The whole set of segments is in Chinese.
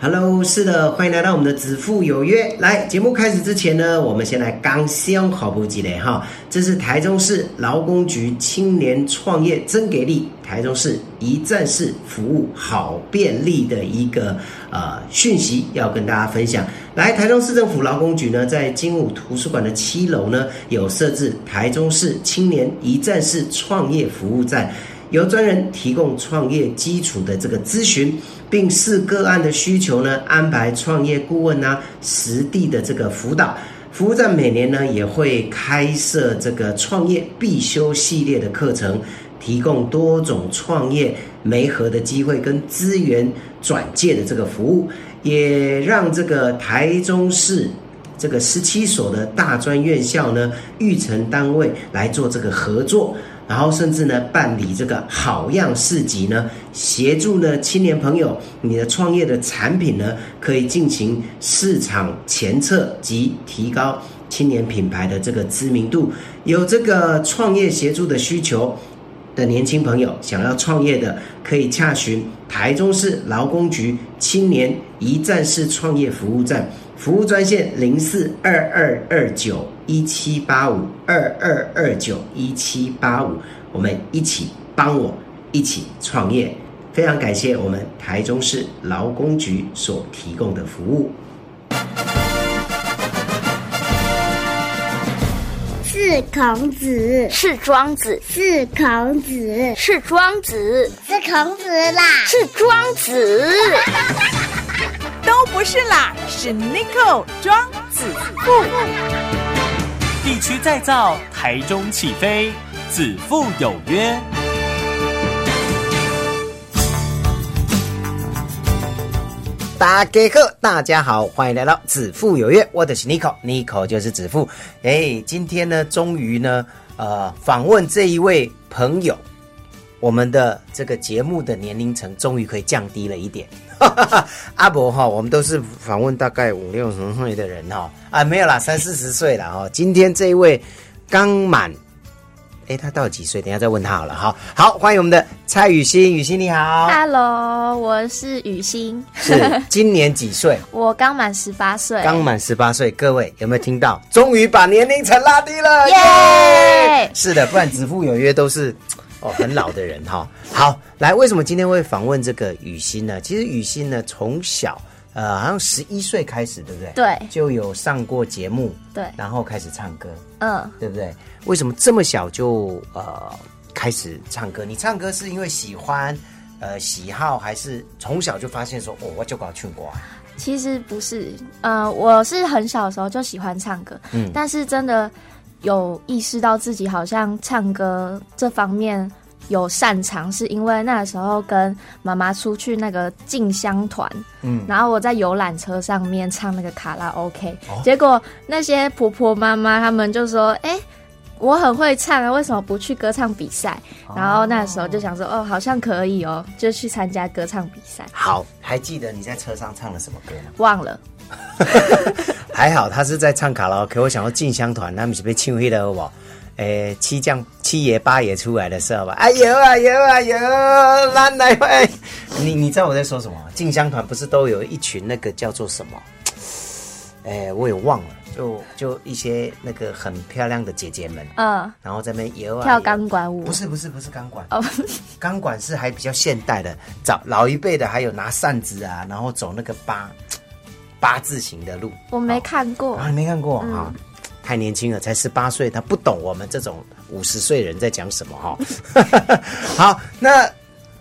Hello，是的，欢迎来到我们的子父有约。来，节目开始之前呢，我们先来刚先跑步积累哈。这是台中市劳工局青年创业真给力，台中市一站式服务好便利的一个呃讯息，要跟大家分享。来，台中市政府劳工局呢，在金武图书馆的七楼呢，有设置台中市青年一站式创业服务站。由专人提供创业基础的这个咨询，并视个案的需求呢，安排创业顾问啊实地的这个辅导。服务站每年呢也会开设这个创业必修系列的课程，提供多种创业媒合的机会跟资源转介的这个服务，也让这个台中市这个十七所的大专院校呢，育成单位来做这个合作，然后甚至呢办理这个好样市集呢，协助呢青年朋友，你的创业的产品呢可以进行市场前测及提高青年品牌的这个知名度，有这个创业协助的需求。的年轻朋友想要创业的，可以洽询台中市劳工局青年一站式创业服务站，服务专线零四二二二九一七八五二二二九一七八五，我们一起帮我一起创业。非常感谢我们台中市劳工局所提供的服务。是孔子，是庄子，是孔子，是庄子，是孔子啦，是庄子。都不是啦，是 n i c o 庄子富。地区再造，台中起飞，子父有约。打给客，大家好，欢迎来到子父有约，我的是 Nico，Nico 就是子父。哎，今天呢，终于呢，呃，访问这一位朋友，我们的这个节目的年龄层终于可以降低了一点。 阿伯哈，我们都是访问大概五六十岁的人哈，啊，没有啦，三四十岁了哈。今天这一位刚满，哎，他到底几岁？等一下再问他好了哈。好，欢迎我们的蔡雨欣，雨欣你好， Hello，我是雨欣，是今年几岁？我刚满十八岁，刚满十八岁，各位有没有听到？ 终于把年龄层拉低了，耶、耶是的，不然子父有约都是哦很老的人哈。好，来，为什么今天会访问这个雨欣呢？其实雨欣呢，从小呃好像十一岁开始，对不对？对就有上过节目，对然后开始唱歌，嗯，对不对？为什么这么小就呃开始唱歌？你唱歌是因为喜欢？呃，喜好还是从小就发现说，哦，我就搞去过啊，其实不是，呃，我是很小的时候就喜欢唱歌，嗯但是真的有意识到自己好像唱歌这方面有擅长，是因为那时候跟妈妈出去那个进香团，嗯，然后我在游览车上面唱那个卡拉 OK，、结哦果那些婆婆妈妈她们就说：“哎、我很会唱啊，为什么不去歌唱比赛？”哦然后那时候就想说：“哦，好像可以哦，就去参加歌唱比赛。好，还记得你在车上唱了什么歌吗？”忘了，还好他是在唱卡拉 OK，我想要进香团，他们是被唱黑的我。诶、七将七爷八爷出来的时候吧，哎呦啊呦啊呦，烂来喂！你你知道我在说什么吗？进香团不是都有一群那个叫做什么？诶、我也忘了，就就一些那个很漂亮的姐姐们，嗯，然后在那边游啊跳游钢管舞不，是不是不是钢管哦，钢管是还比较现代的，早老一辈的还有拿扇子啊，然后走那个八八字形的路。我没嗯哦看过啊，，你没看过啊、太年轻了，才十八岁，他不懂我们这种五十岁人在讲什么哈、 好，那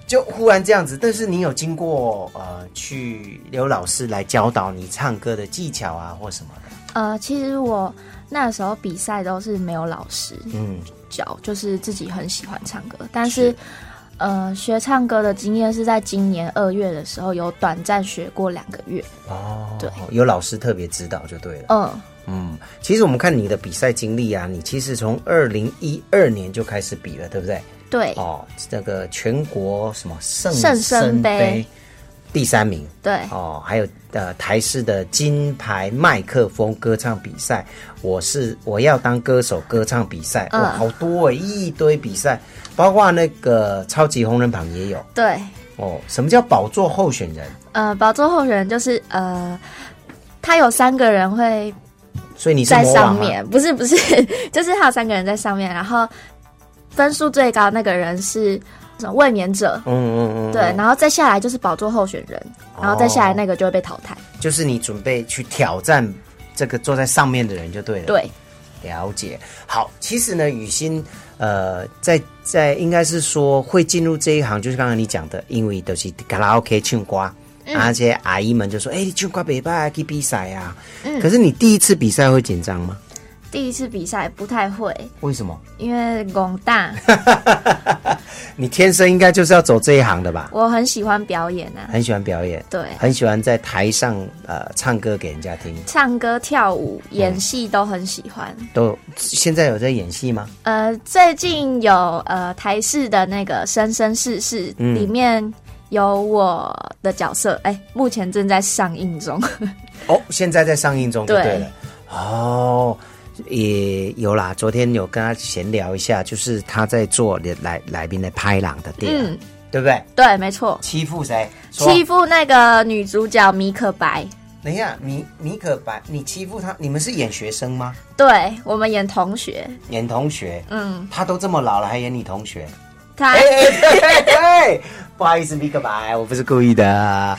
就忽然这样子，但是你有经过呃，去刘老师来教导你唱歌的技巧啊，或什么的。呃，其实我那时候比赛都是没有老师，嗯，教，就是自己很喜欢唱歌，但是是呃，学唱歌的经验是在今年二月的时候有短暂学过两个月，哦，对，有老师特别指导就对了。嗯，嗯，其实我们看你的比赛经历啊，你其实从二零一二年就开始比了，对不对？对哦，这个全国什么圣圣生生杯杯第三名，对，哦，还有呃台式的金牌麦克风歌唱比赛，我是我要当歌手歌唱比赛，哦嗯哇，好多哎，一堆比赛，包括那个超级红人榜也有对，哦，什么叫宝座候选人？呃，宝座候选人就是呃，他有三个人会所以你是在魔上王啊面，不是不 是，就是他有三个人在上面，然后分数最高那个人是什么卫冕者，嗯嗯嗯，嗯对，，然后再下来就是宝座候选人，然后再下来那个就会被淘汰。就是你准备去挑战这个坐在上面的人就对了。对，了解，好，其实呢，雨欣，呃，在在应该是说会进入这一行，就是刚刚你讲的，因为都是卡拉 OK 唱歌，而且阿姨们就说，哎、你唱歌北拜去比赛啊。可是你第一次比赛会紧张吗？第一次比赛不太会，为什么？因为广 大你天生应该就是要走这一行的吧？我很喜欢表演啊，很喜欢表演，对很喜欢在台上呃唱歌给人家听。唱歌、跳舞、演戏都很喜欢。都现在有在演戏吗？呃，最近有呃台视的那个《生生世世》嗯里面有我的角色，哎、目前正在上映中。哦，现在在上映中就对了。对哦，也有啦，昨天有跟他闲聊一下，就是他在做来来宾的拍朗的电影，嗯，对不对？对，没错，欺负谁？说欺负那个女主角米可白。等一下，米米可白，你欺负他，你们是演学生吗？对我们演同学，演同学，嗯，他都这么老了还演你同学？她哎哎哎哎！不好意思，米可白，我不是故意的。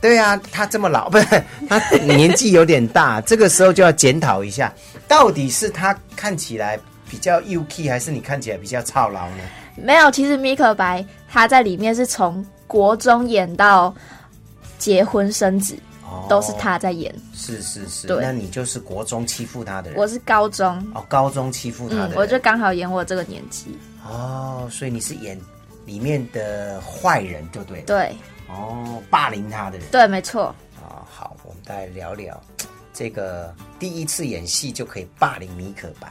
对啊，他这么老，不是他年纪有点大，这个时候就要检讨一下，到底是他看起来比较 UK，还是你看起来比较操劳呢？没有，其实米可白她在里面是从国中演到结婚生子，哦都是，她在演。是是是，对那你就是国中欺负他的人，我是高中，哦，高中欺负他的嗯人，，我就刚好演我这个年纪。哦，所以你是演里面的坏人，就对了，对哦，霸凌他的人。对，没错，啊、好，我们再聊聊这个第一次演戏就可以霸凌米可 白，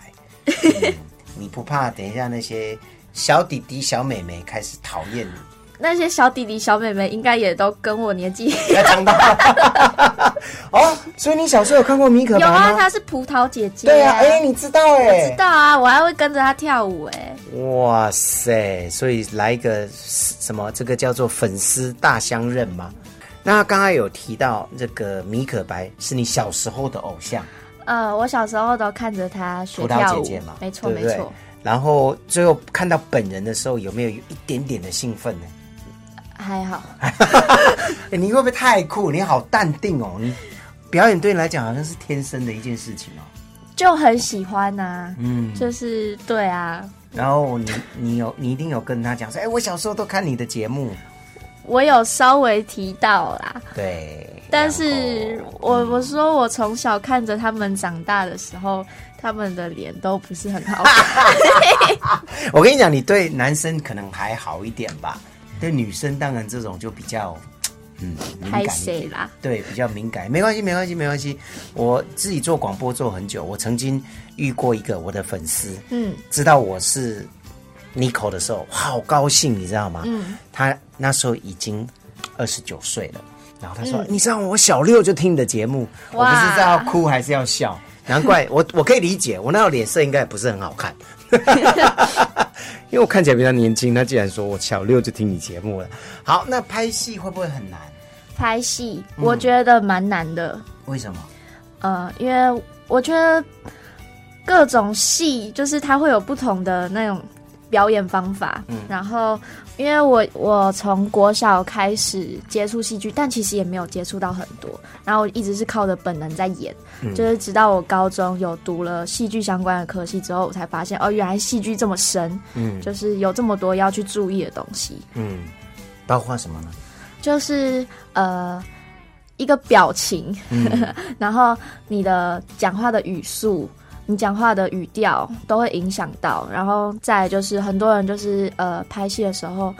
嗯你不怕等一下那些小弟弟小妹妹开始讨厌 你？那些小弟弟小妹妹应该也都跟我年纪。 要长大哦，所以你小时候有看过米可白有啊，吗？她是葡萄姐姐、对啊，哎、你知道哎、知道啊，我还会跟着她跳舞哎、哇塞！所以来一个什么，这个叫做粉丝大相认吗？那刚才有提到这个米可白是你小时候的偶像，呃，我小时候都看着她学葡跳萄舞，姐姐嘛，没错对不没对错，。然后最后看到本人的时候，有没有一点点的兴奋呢？还好。哎，你会不会太酷？你好淡定哦！你表演对你来讲好像是天生的一件事情哦。就很喜欢呐、啊，嗯就是对啊，然后你你有你一定有跟他讲说，哎，我小时候都看你的节目，我有稍微提到啦，对。但然是后嗯我我说我从小看着他们长大的时候，他们的脸都不是 很好看，我跟你讲，你对男生可能还好一点吧，对女生当然这种就比较嗯敏感拍一点谁啦？对，比较敏感，没关系，没关系，没关系。我自己做广播做很久，我曾经遇过一个我的粉丝，嗯，知道我是 Nico 的时候，好高兴，你知道吗？嗯，他那时候已经二十九岁了，然后他说：“你知道我小六就听你的节目，我不哇知道要哭还是要笑。”难怪 我，我可以理解，我那个脸色应该也不是很好看， 因为我看起来比较年轻。他竟然说我小六就听你节目了，好，那拍戏会不会很难？拍戏嗯我觉得蛮难的，为什么？呃，因为我觉得各种戏就是它会有不同的那种表演方法，然后因为我我从国小开始接触戏剧，但其实也没有接触到很多，然后我一直是靠着本能在演，就是直到我高中有读了戏剧相关的科系之后，我才发现哦，原来戏剧这么深，嗯就是有这么多要去注意的东西，嗯，包括什么呢？就是呃一个表情， 然后你的讲话的语速。你讲话的语调都会影响到，然后再来就是很多人就是呃拍戏的时候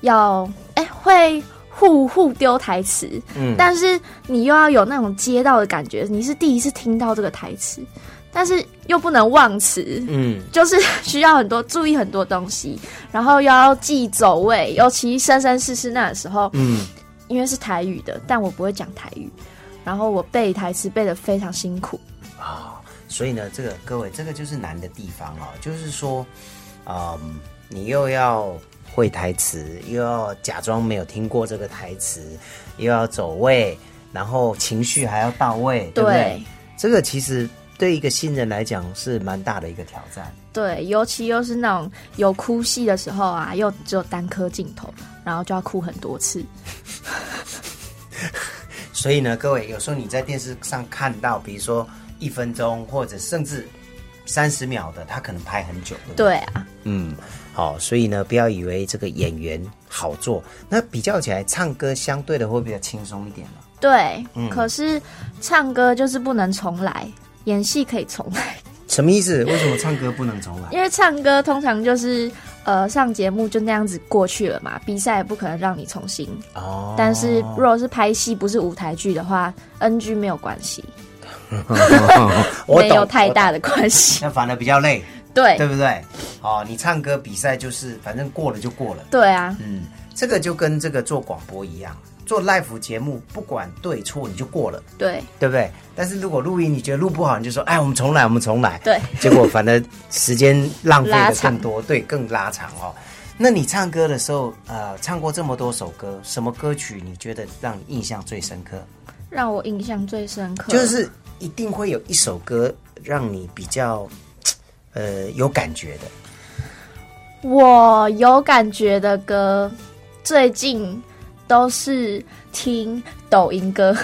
要哎会互互丢台词，嗯但是你又要有那种接到的感觉，你是第一次听到这个台词，但是又不能忘词，嗯，就是 需要很多注意很多东西，然后又要记走位，尤其生生世世那的时候，嗯，因为是台语的，但我不会讲台语，然后我背台词背得非常辛苦，所以呢，这个各位，这个就是难的地方哦，就是说，嗯，你又要会台词，又要假装没有听过这个台词，又要走位，然后情绪还要到位，对不对对？这个其实对一个新人来讲是蛮大的一个挑战。对，尤其又是那种有哭戏的时候啊，又只有单颗镜头，然后就要哭很多次。所以呢，各位，有时候你在电视上看到，比如说一分钟或者甚至三十秒的，他可能拍很久，对不对？对啊，嗯，好，所以呢，不要以为这个演员好做，那比较起来，唱歌相对的会比较轻松一点嘛。对。嗯可是唱歌就是不能重来，演戏可以重来， 什么意思？为什么唱歌不能啊 重来？因为唱歌通常就是呃上节目就那样子过去了嘛，比赛也不可能让你重新。哦但是如果是拍戏，不是舞台剧的话，NG 没有关系，我没有懂太哦我大懂的关系。 那反而比较累，对对不对？哦，你唱歌比赛就是反正过了就过了，对啊，嗯，这个就跟这个做广播一样，做 live 节目不管对错你就过了。对啊对不对？但是如果录音你觉得录不好，你就说，哎，我们重来，我们重来。对，结果反而时间浪费拉的长更多，对，更拉长哦。那你唱歌的时候，呃，唱过这么多首歌，什么歌曲你觉得让你印象最深刻？让我印象最深刻就是一定会有一首歌让你比较，呃，有感觉的。我有感觉的歌，最近都是听抖音歌。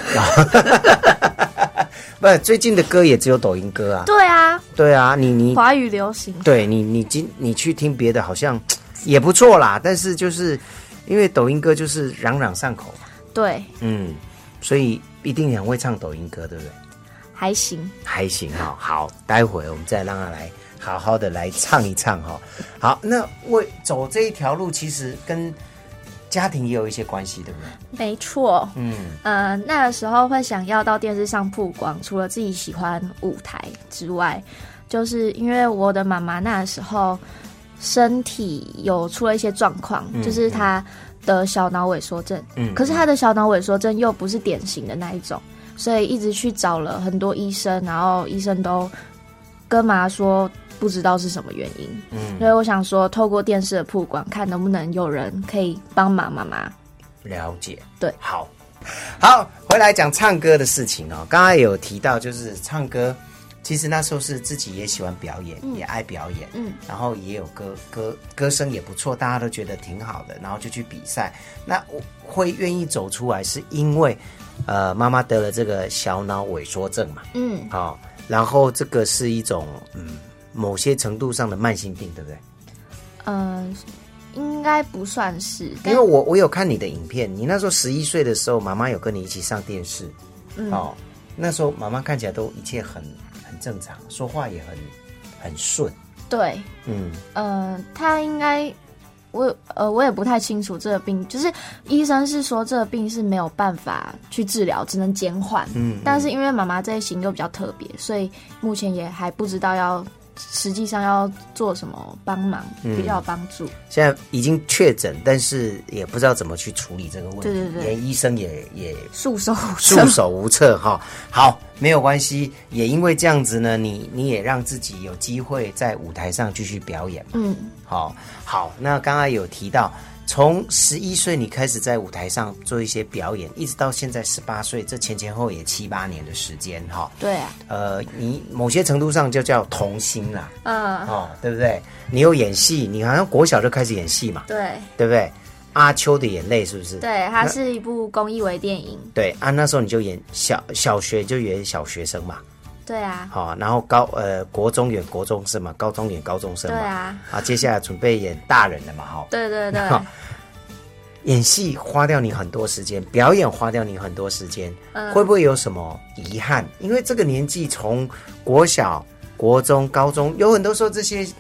不，最近的歌也只有抖音歌啊。对啊，对啊，你你华语流行。对你，你今你去听别的好像也不错啦，但是就是因为抖音歌就是朗朗上口嘛。对，嗯，所以一定很会唱抖音歌，对不对？还行。还行哈、好，待会我们再让他来好好的来唱一唱哈、好，那为走这一条路，其实跟家庭也有一些关系，对不对？没错，嗯，呃，那个时候会想要到电视上曝光，除了自己喜欢舞台之外，就是因为我的妈妈那时候身体有出了一些状况，就是她的小脑萎缩症。嗯可是她的小脑萎缩症又不是典型的那一种，所以一直去找了很多医生，然后医生都跟妈妈说不知道是什么原因。嗯所以我想说，透过电视的曝光，看能不能有人可以帮忙妈妈。了解。对好，好，回来讲唱歌的事情哦。刚刚有提到，就是唱歌，其实那时候是自己也喜欢表演，也爱表演，嗯，然后也有歌歌歌声也不错，大家都觉得挺好的，然后就去比赛。那我会愿意走出来，是因为呃，妈妈得了这个小脑萎缩症嘛，嗯。好、然后这个是一种嗯某些程度上的慢性病，对不对？嗯，应该不算是，因但为我我有看你的影片，你那时候十一岁的时候，妈妈有跟你一起上电视，嗯哦，那时候妈妈看起来都一切很很正常，说话也很很顺，对，嗯，呃，他应该我呃我也不太清楚这个病，就是医生是说这个病是没有办法去治疗，只能减缓。嗯但是因为妈妈这一型又比较特别，所以目前也还不知道要实际上要做什么帮忙，嗯比较有帮助。现在已经确诊，但是也不知道怎么去处理这个问题，对对对连医生也也束手无束策，手无策哈、好，没有关系，也因为这样子呢，你你也让自己有机会在舞台上继续表演嘛。嗯，好、好，那刚才有提到，从十一岁你开始在舞台上做一些表演，一直到现在十八岁，这前前后后也七八年的时间哈、对啊，呃，你某些程度上就叫童星啦，嗯、哦，对不对？你有演戏，你好像国小就开始演戏嘛，对对不对？阿秋的眼泪是不是？对，它是一部公益微电影，对啊，那时候你就演小小学就演小学生嘛，对啊，好、然后高呃国中演国中生嘛，高中演高中生对嘛，啊，啊，接下来准备演大人了嘛，哈、对 对对。好演戏花掉你很多时间，表演花掉你很多时间，嗯会不会有什么遗憾？因为这个年纪从国小、国中、高中，有很多时候这些嘖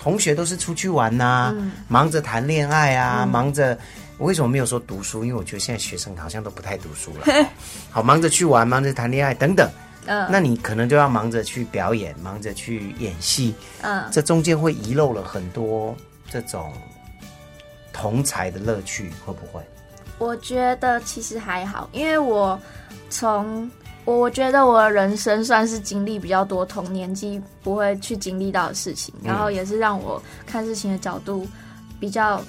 同学都是出去玩呐、嗯忙着谈恋爱啊，忙着。我为什么没有说读书？因为我觉得现在学生好像都不太读书了， 好忙着去玩，忙着谈恋爱等等。嗯那你可能就要忙着去表演，忙着去演戏，嗯，这中间会遗漏了很多这种同才的乐趣，会不会？我觉得其实还好，因为我从我我觉得我的人生算是经历比较多同年纪不会去经历到的事情，然后也是让我看事情的角度比较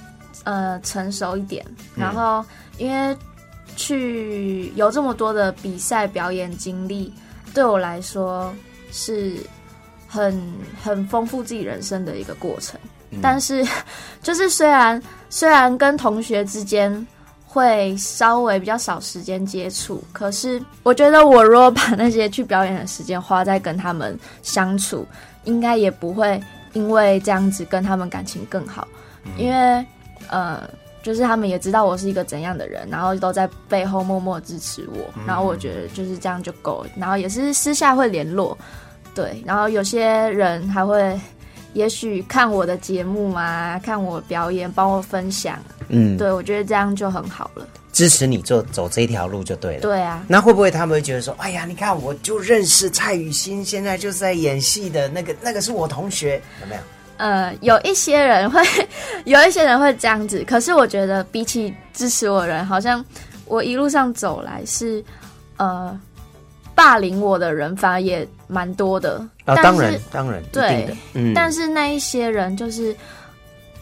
呃成熟一点。然后因为去有这么多的比赛表演经历，对我来说是很很丰富自己人生的一个过程。但是 就是虽然虽然跟同学之间。会稍微比较少时间接触，可是我觉得我如果把那些去表演的时间花在跟他们相处，应该也不会因为这样子跟他们感情更好，因为呃，就是他们也知道我是一个怎样的人，然后都在背后默默支持我，然后我觉得就是这样就够了，然后也是私下会联络，对，然后有些人还会。也许看我的节目啊，看我表演，帮我分享，嗯，对我觉得这样就很好了。支持你就走这一条路就对了。对啊，那会不会他们会觉得说，哎呀，你看我就认识蔡雨欣，现在就是在演戏的那个那个是我同学，有没有？呃，有一些人会， 有一些人会这样子。可是我觉得，比起支持我的人，好像我一路上走来是，呃，霸凌我的人反而也蛮多的。啊、但当是然，当然，一定的对，嗯，但是是那一些人就是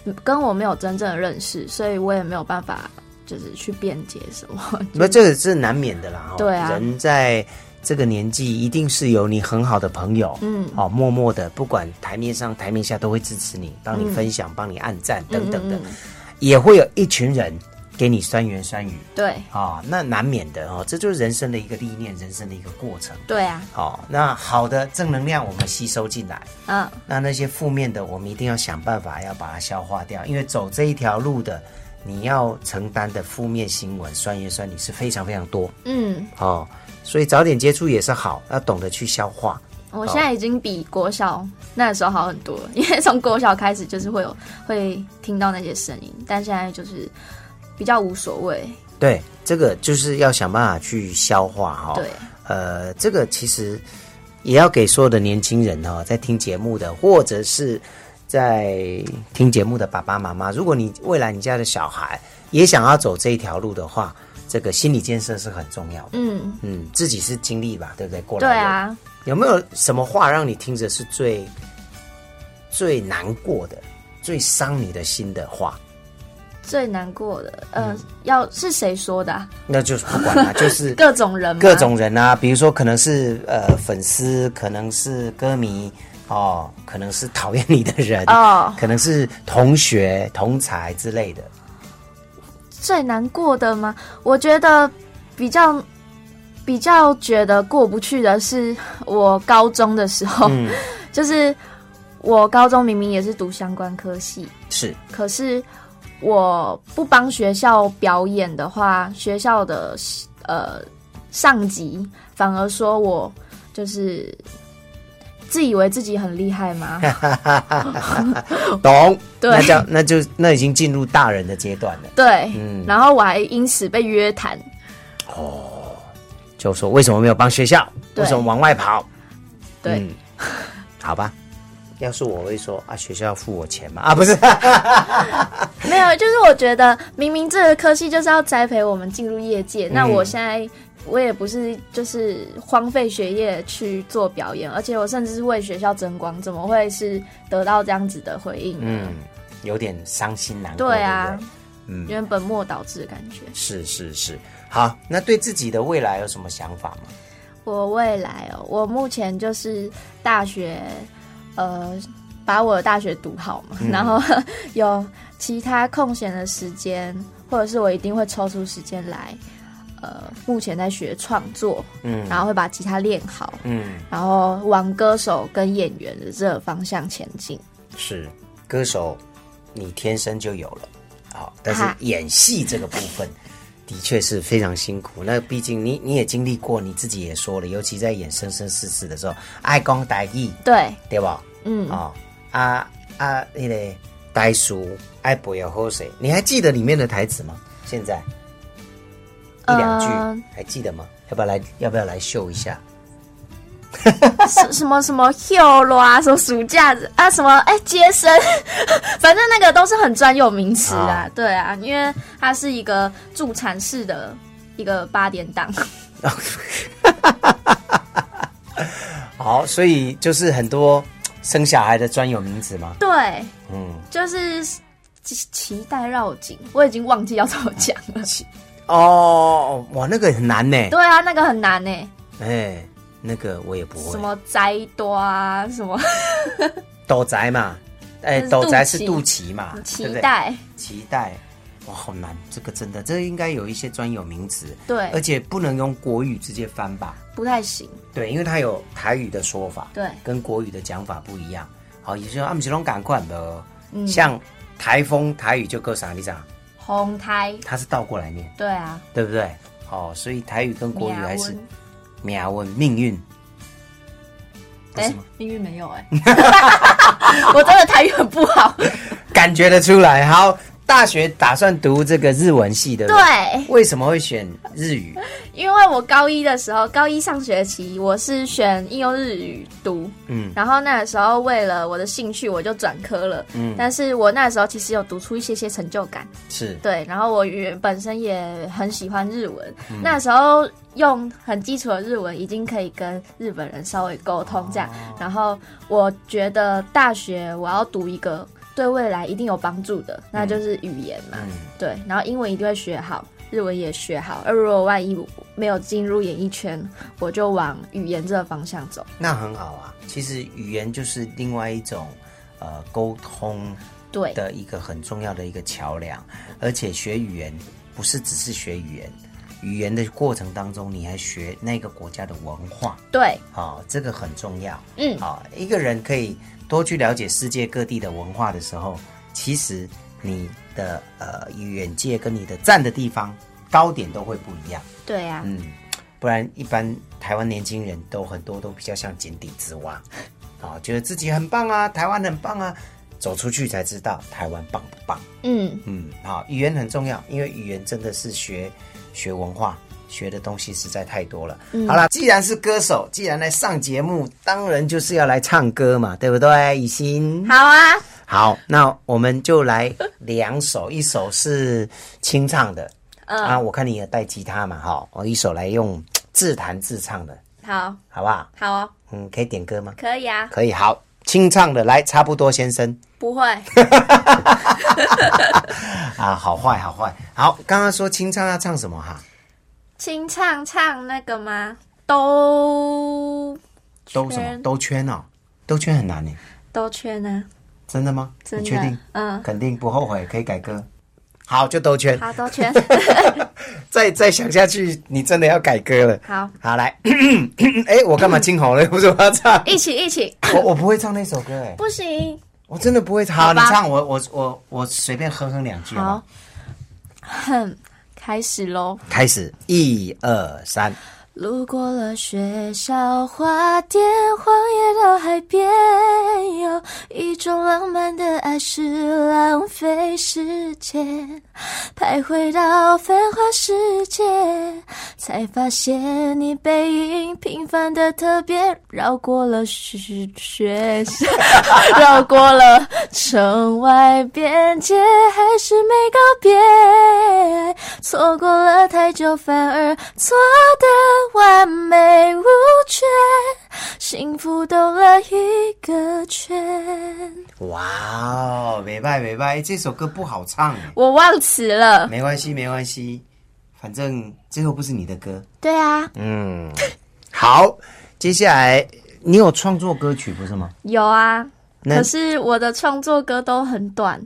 嗯跟我没有真正的认识，所以我也没有办法就是去辩解什么。 不，这个是难免的啦。哦对啊人在这个年纪，一定是有你很好的朋友，嗯哦，默默的，不管台面上台面下都会支持你，帮你分享，帮你按赞等等的，嗯嗯嗯也会有一群人给你酸言酸语对啊、那难免的哦，这就是人生的一个历练，人生的一个过程。对啊，好、那好的正能量我们吸收进来，嗯，那那些负面的我们一定要想办法要把它消化掉，因为走这一条路的，你要承担的负面新闻、酸言酸语是非常非常多嗯，哦，所以早点接触也是好，要懂得去消化。我现在已经比国小那时候好很多了，因为从国小开始就是会有会听到那些声音，但现在就是比较无所谓。对，这个就是要想办法去消化哈、对，呃，这个其实也要给所有的年轻人哦，在听节目的，或者是在听节目的爸爸妈妈，如果你未来你家的小孩也想要走这一条路的话，这个心理建设是很重要的。嗯，嗯，自己是经历吧，对不对？过来对人，啊，有没有什么话让你听着是最最难过的、最伤你的心的话？最难过的，呃，要是谁说的、啊？那就是不管 了，嗯就是各种人吗，各种人啊，比如说可能是呃粉丝，可能是歌迷哦，可能是讨厌你的人哦可能是同学、同才之类的。最难过的吗？我觉得比较比较觉得过不去的是我高中的时候，嗯， 就是我高中明明也是读相关科系，是可是我不帮学校表演的话，学校的呃上级反而说我就是自以为自己很厉 害吗？懂，对那叫那就那已经进入大人的阶段了，对，嗯然后我还因此被约谈，就说为什么没有帮学校，对为什么往外跑？对，嗯，好吧。要是我会说啊，学校要付我钱嘛？啊，不是，没有，就是我觉得明明这个科系就是要栽培我们进入业嗯界，那我现在。我也不是就是荒废学业去做表演，而且我甚至是为学校争光，怎么会是得到这样子的回应呢？嗯， 有点伤心难过。对啊不对，嗯有点本末倒置的感觉。是是是。好，那对自己的未来有什么想法吗？我未来哦，我目前就是大学，呃，把我的大学读好嘛，嗯然后 有其他空闲的时间，或者是我一定会抽出时间来，呃，目前在学创作，嗯然后会把吉他练好，嗯，然后往歌手跟演员的这个方向前进。是歌手，你天生就有了，好，但是哈演戏这个部分。的确是非常辛苦，那毕竟你你也经历过，你自己也说了，尤其在演《生生世世》的时候，爱讲台语，对，对吧？嗯，哦啊啊，那个呆叔爱不要喝水，你还记得里面的台词吗？现在一两句、嗯还记得吗？要不要来？要不要来秀一下？什什么什么 hill 啦，什么暑假子啊，什么哎、接生， 反正那个都是很专有名词啊啊，对啊，因为它是一个助产士的一个八点档， 好，所以就是很多生小孩的专有名词嘛。对，嗯，就是脐带绕颈，我已经忘记要怎么讲 了。哦，哇，那个很难呢。对啊，那个很难呢、哎，那个我也不会。什么摘多啊，什么斗宅嘛？哎，就是斗宅是肚嗯肚脐嘛？ 对不脐对？带，脐带，哇，好难，这个真的，这应该有一些专有名词。对而且不能用国语直接翻吧？不太行。对，因为它有台语的说法，对跟国语的讲法不一样。好，也就是说，他啊们是拢赶快的，哦嗯像台风台语就够啥？你讲，红胎，它是倒过来念，对啊，对不对？好，所以台语跟国语还是命运命运命运。哎，命运没有哎、 我真的台语很不 好。感觉得出来。好，大学打算读这个日文系的，不对，为什么会选日语？因为我高一的时候，高一上学期我是选应用日语读，嗯然后那时候为了我的兴趣，我就转科了，嗯，但是我那时候其实有读出一些些成就感，是对，然后我原本身也很喜欢日文，那时候用很基础的日文已经可以跟日本人稍微沟通这样，然后我觉得大学我要读一个对未来一定有帮助的，那就是语言嘛，嗯对，然后英文一定会学好。日文也学好，而如果万一没有进入演艺圈，我就往语言这个方向走。那很好啊。其实语言就是另外一种呃沟通对，的一个很重要的一个桥梁，而且学语言不是只是学语言。语言的过程当中，你还学那个国家的文化，对，啊、这个很重要。嗯，啊、一个人可以多去了解世界各地的文化的时候，其实你的呃眼界跟你的站的地方高点都会不一样。对啊，嗯，不然一般台湾年轻人都很多都比较像井底之蛙， 啊、觉得自己很棒啊，台湾很棒啊，走出去才知道台湾棒不棒。嗯，嗯，好，语言很重要，因为语言真的是学学文化。学的东西实在太多了。好啦，既然是歌手，既然来上节目，当然就是要来唱歌嘛，对不对？雨欣，好啊，好，那我们就来两首，一首是清唱的，啊，我看你也带吉他嘛，哈，哦我一首来用自弹自唱的，好，好不好？好哦，嗯，可以点歌吗？可以啊，可以，好，清唱的，来，差不多先生。不会，啊，好坏，好坏，好，刚刚说清唱要唱什么哈？清唱唱那个吗？兜兜什么？圈兜圈哦，兜圈很难呢。兜圈呢、真的吗？真的你确定？嗯肯定不后悔，可以改歌。好，就兜圈。好，兜圈，再再想下去，你真的要改歌了。好，好来， 哎、我干嘛惊吼了？为什么要唱？ 一起一起，我我不会唱那首歌、哎，哎不行，我真的不会唱。好，好你吧唱，我我我我随便哼哼两句好不好好，哼，开始喽。开始，一二三，路过了学校花店，荒野到海边，有一种浪漫的爱是浪费时间，徘徊到繁华世界，才发现你背影平凡的特别，绕过了学学校， 绕过了城外边界，还是没告别，错过了太久，反而错的完美无缺，幸福兜了一个圈。哇哦，没拜没拜，这首歌不好唱、哎我忘词了，没关系没关系，反正这又不是你的歌。对啊，嗯，好，接下来你有创作歌曲不是吗？有啊，那可是我的创作歌都很短。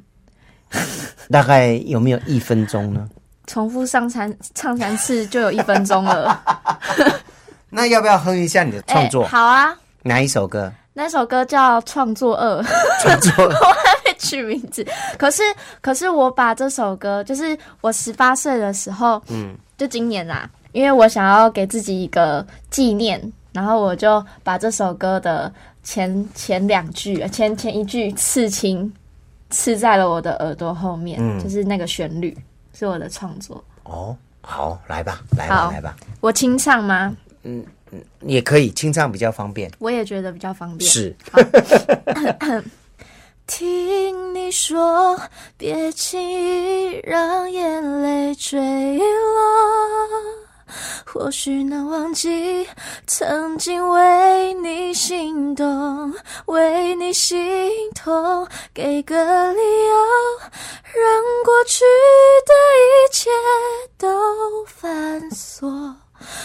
大概有没有一分钟呢？重复上三唱三次就有一分钟了。那要不要哼一下你的 创作？哎好啊，哪一首 歌？那首歌叫《创作二》，创作我还没取名字。可是，可是我把这首歌，就是我十八岁的时候，嗯，就今年啦，因为我想要给自己一个纪念，然后我就把这首歌的前前两句、前前一句刺青刺在了我的耳朵后面，就是那个旋律是我的创作。哦，好，来吧，来吧，好来吧，我清唱吗？也可以清唱比较方便。我也觉得比较方便。是，听你说，别轻易让眼泪坠落。或许能忘记曾经为你心动，为你心痛，给个理由，让过去的一切都反锁。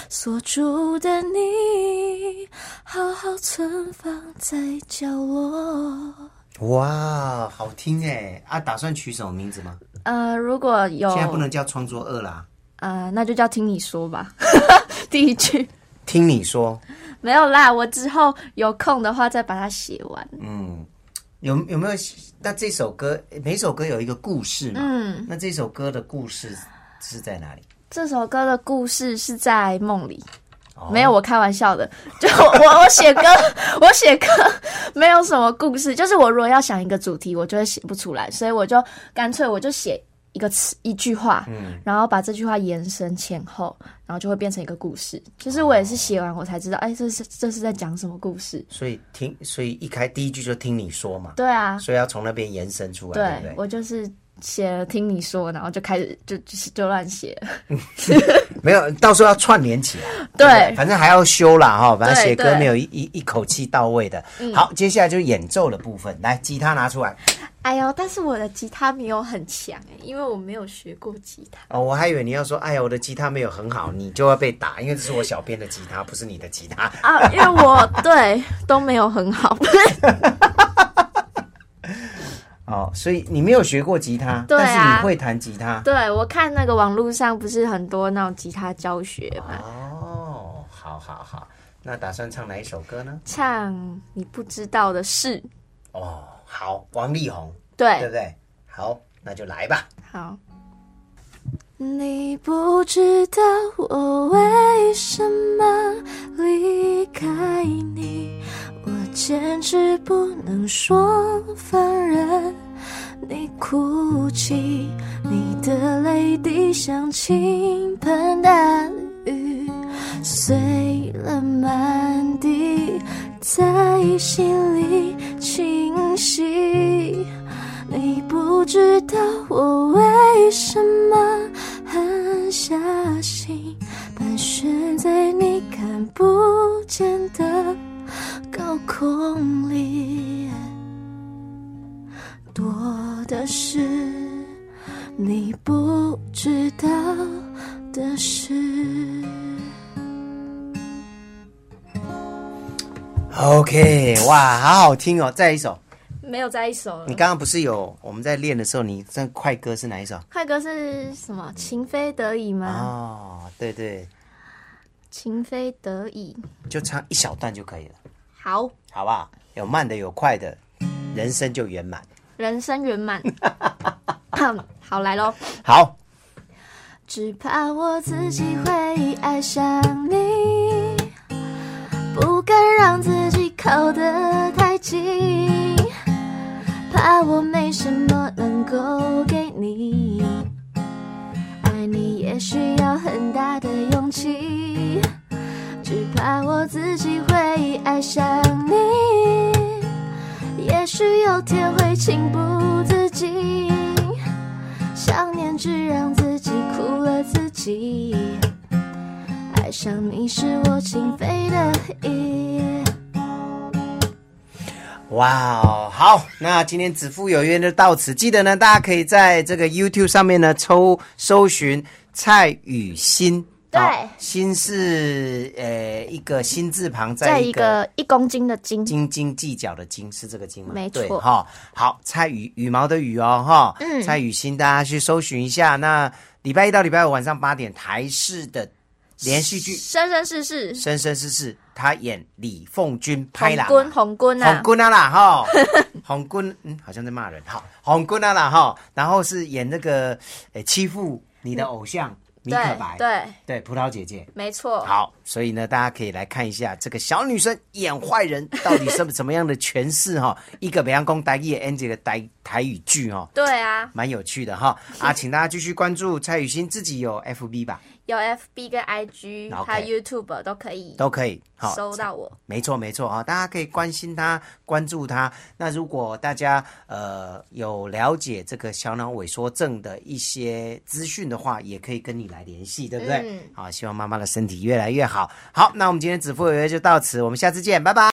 锁住的你，好好存放在角落。哇，好听哎！啊，打算取什么名字吗？呃，如果有现在不能叫创作二啦，呃，那就叫听你说吧。 第一句 听你说。没有啦，我之后有空的话再把它写完。有有没有？那这首歌每首歌有一个故事嘛？嗯，那这首歌的故事是在哪里？这首歌的故事是在梦里。哦没有，我开玩笑的。就我我我写歌，我写歌没有什么故事，就是我如果要想一个主题，我就会写不出来，所以我就干脆我就写一个词一句话，嗯然后把这句话延伸前后，然后就会变成一个故事。就是我也是写完我才知道，哎，这是这是在讲什么故事？所以听，所以一开第一句就听你说嘛，对啊，所以要从那边延伸出来，对对不我就是写了听你说，然后就开始就就就乱写。对？没有，到时候要串联起来。对，反正还要修啦哈，反正写歌对嗯没有一一一口气到位的。好，接下来就是演奏的部分，来，吉他拿出来。 哎呦，但是我的吉他没有很强哎、因为我没有学过吉他。哦，我还以为你要说，哎呀，我的吉他没有很好，你就要被打，因为这是我小编的吉他，不是你的吉他。 啊，因为我对都没有很 好，哦，所以你没有学过吉他，对啊但是你会弹吉他。对我看那个网络上不是很多那种吉他教学嘛，哦，好好好，那打算唱哪一首歌呢？唱你不知道的事，哦，好，王力宏，对对不，对？好，那就来吧。好。你不知道我为什么离开你，我坚持不能说放任。你哭泣，你的泪滴像倾盆大雨，碎了满地，在心里清晰。你不知道我为什么狠下心，盘旋在你看不见的高空里。多的是你不知道的事。 OK，哇，好好听哦。再一首，没有在一首了你。刚刚不是有我们在练的时候，你这快歌是哪一首？快歌是什么？情非得已吗？哦，对对，情非得已。就唱一小段就可以了，好，好不好？有慢的，有快的，人生就圆满。人生圆满。 好来喽。好，只怕我自己会爱上你，不敢让自己靠得太近，怕我没什么能够给你，爱你也需要很大的勇气，只怕我自己会爱上你，也许有天会情不自禁。想念只让自己苦了自己。爱上你是我情非得已。哇哦，好，那今天子父有约就到此，记得呢，大家可以在这个 YouTube 上面呢抽搜寻蔡雨欣。对好欣是呃一个心字旁，在再一一个个一公斤的斤，斤斤计较的斤是这个斤吗？没错对哈、好，蔡羽羽毛的羽哦哈，嗯，蔡雨欣，大家去搜寻一下。那礼拜一到礼拜五晚上八点，台视的连续剧《生生世世，生生世世》，他演李凤君拍啦，红棍红棍啊红，棍啊啦哈，红棍嗯，好像在骂人哈，红棍啊啦哈，然后是演那个诶欺负你的偶像米可嗯对白，对，对，葡萄姐姐，没错，好，所以呢，大家可以来看一下这个小女生演坏人到底是什么样的诠释哈、 一个北洋公台语的 Angie 的台台语剧哈、哦，对啊， 蛮有趣的哈、啊，请大家继续关注蔡雨欣自己有 FB 吧，有 FB 跟 IG， OK 还有 YouTube 都可以都可以。好，收到我。没错，没错啊、大家可以关心他，关注他。那如果大家呃有了解这个小脑萎缩症的一些资讯的话，也可以跟你来联系，对不对？嗯好，希望妈妈的身体越来越好。好，那我们今天子父有约就到此，我们下次见，拜拜。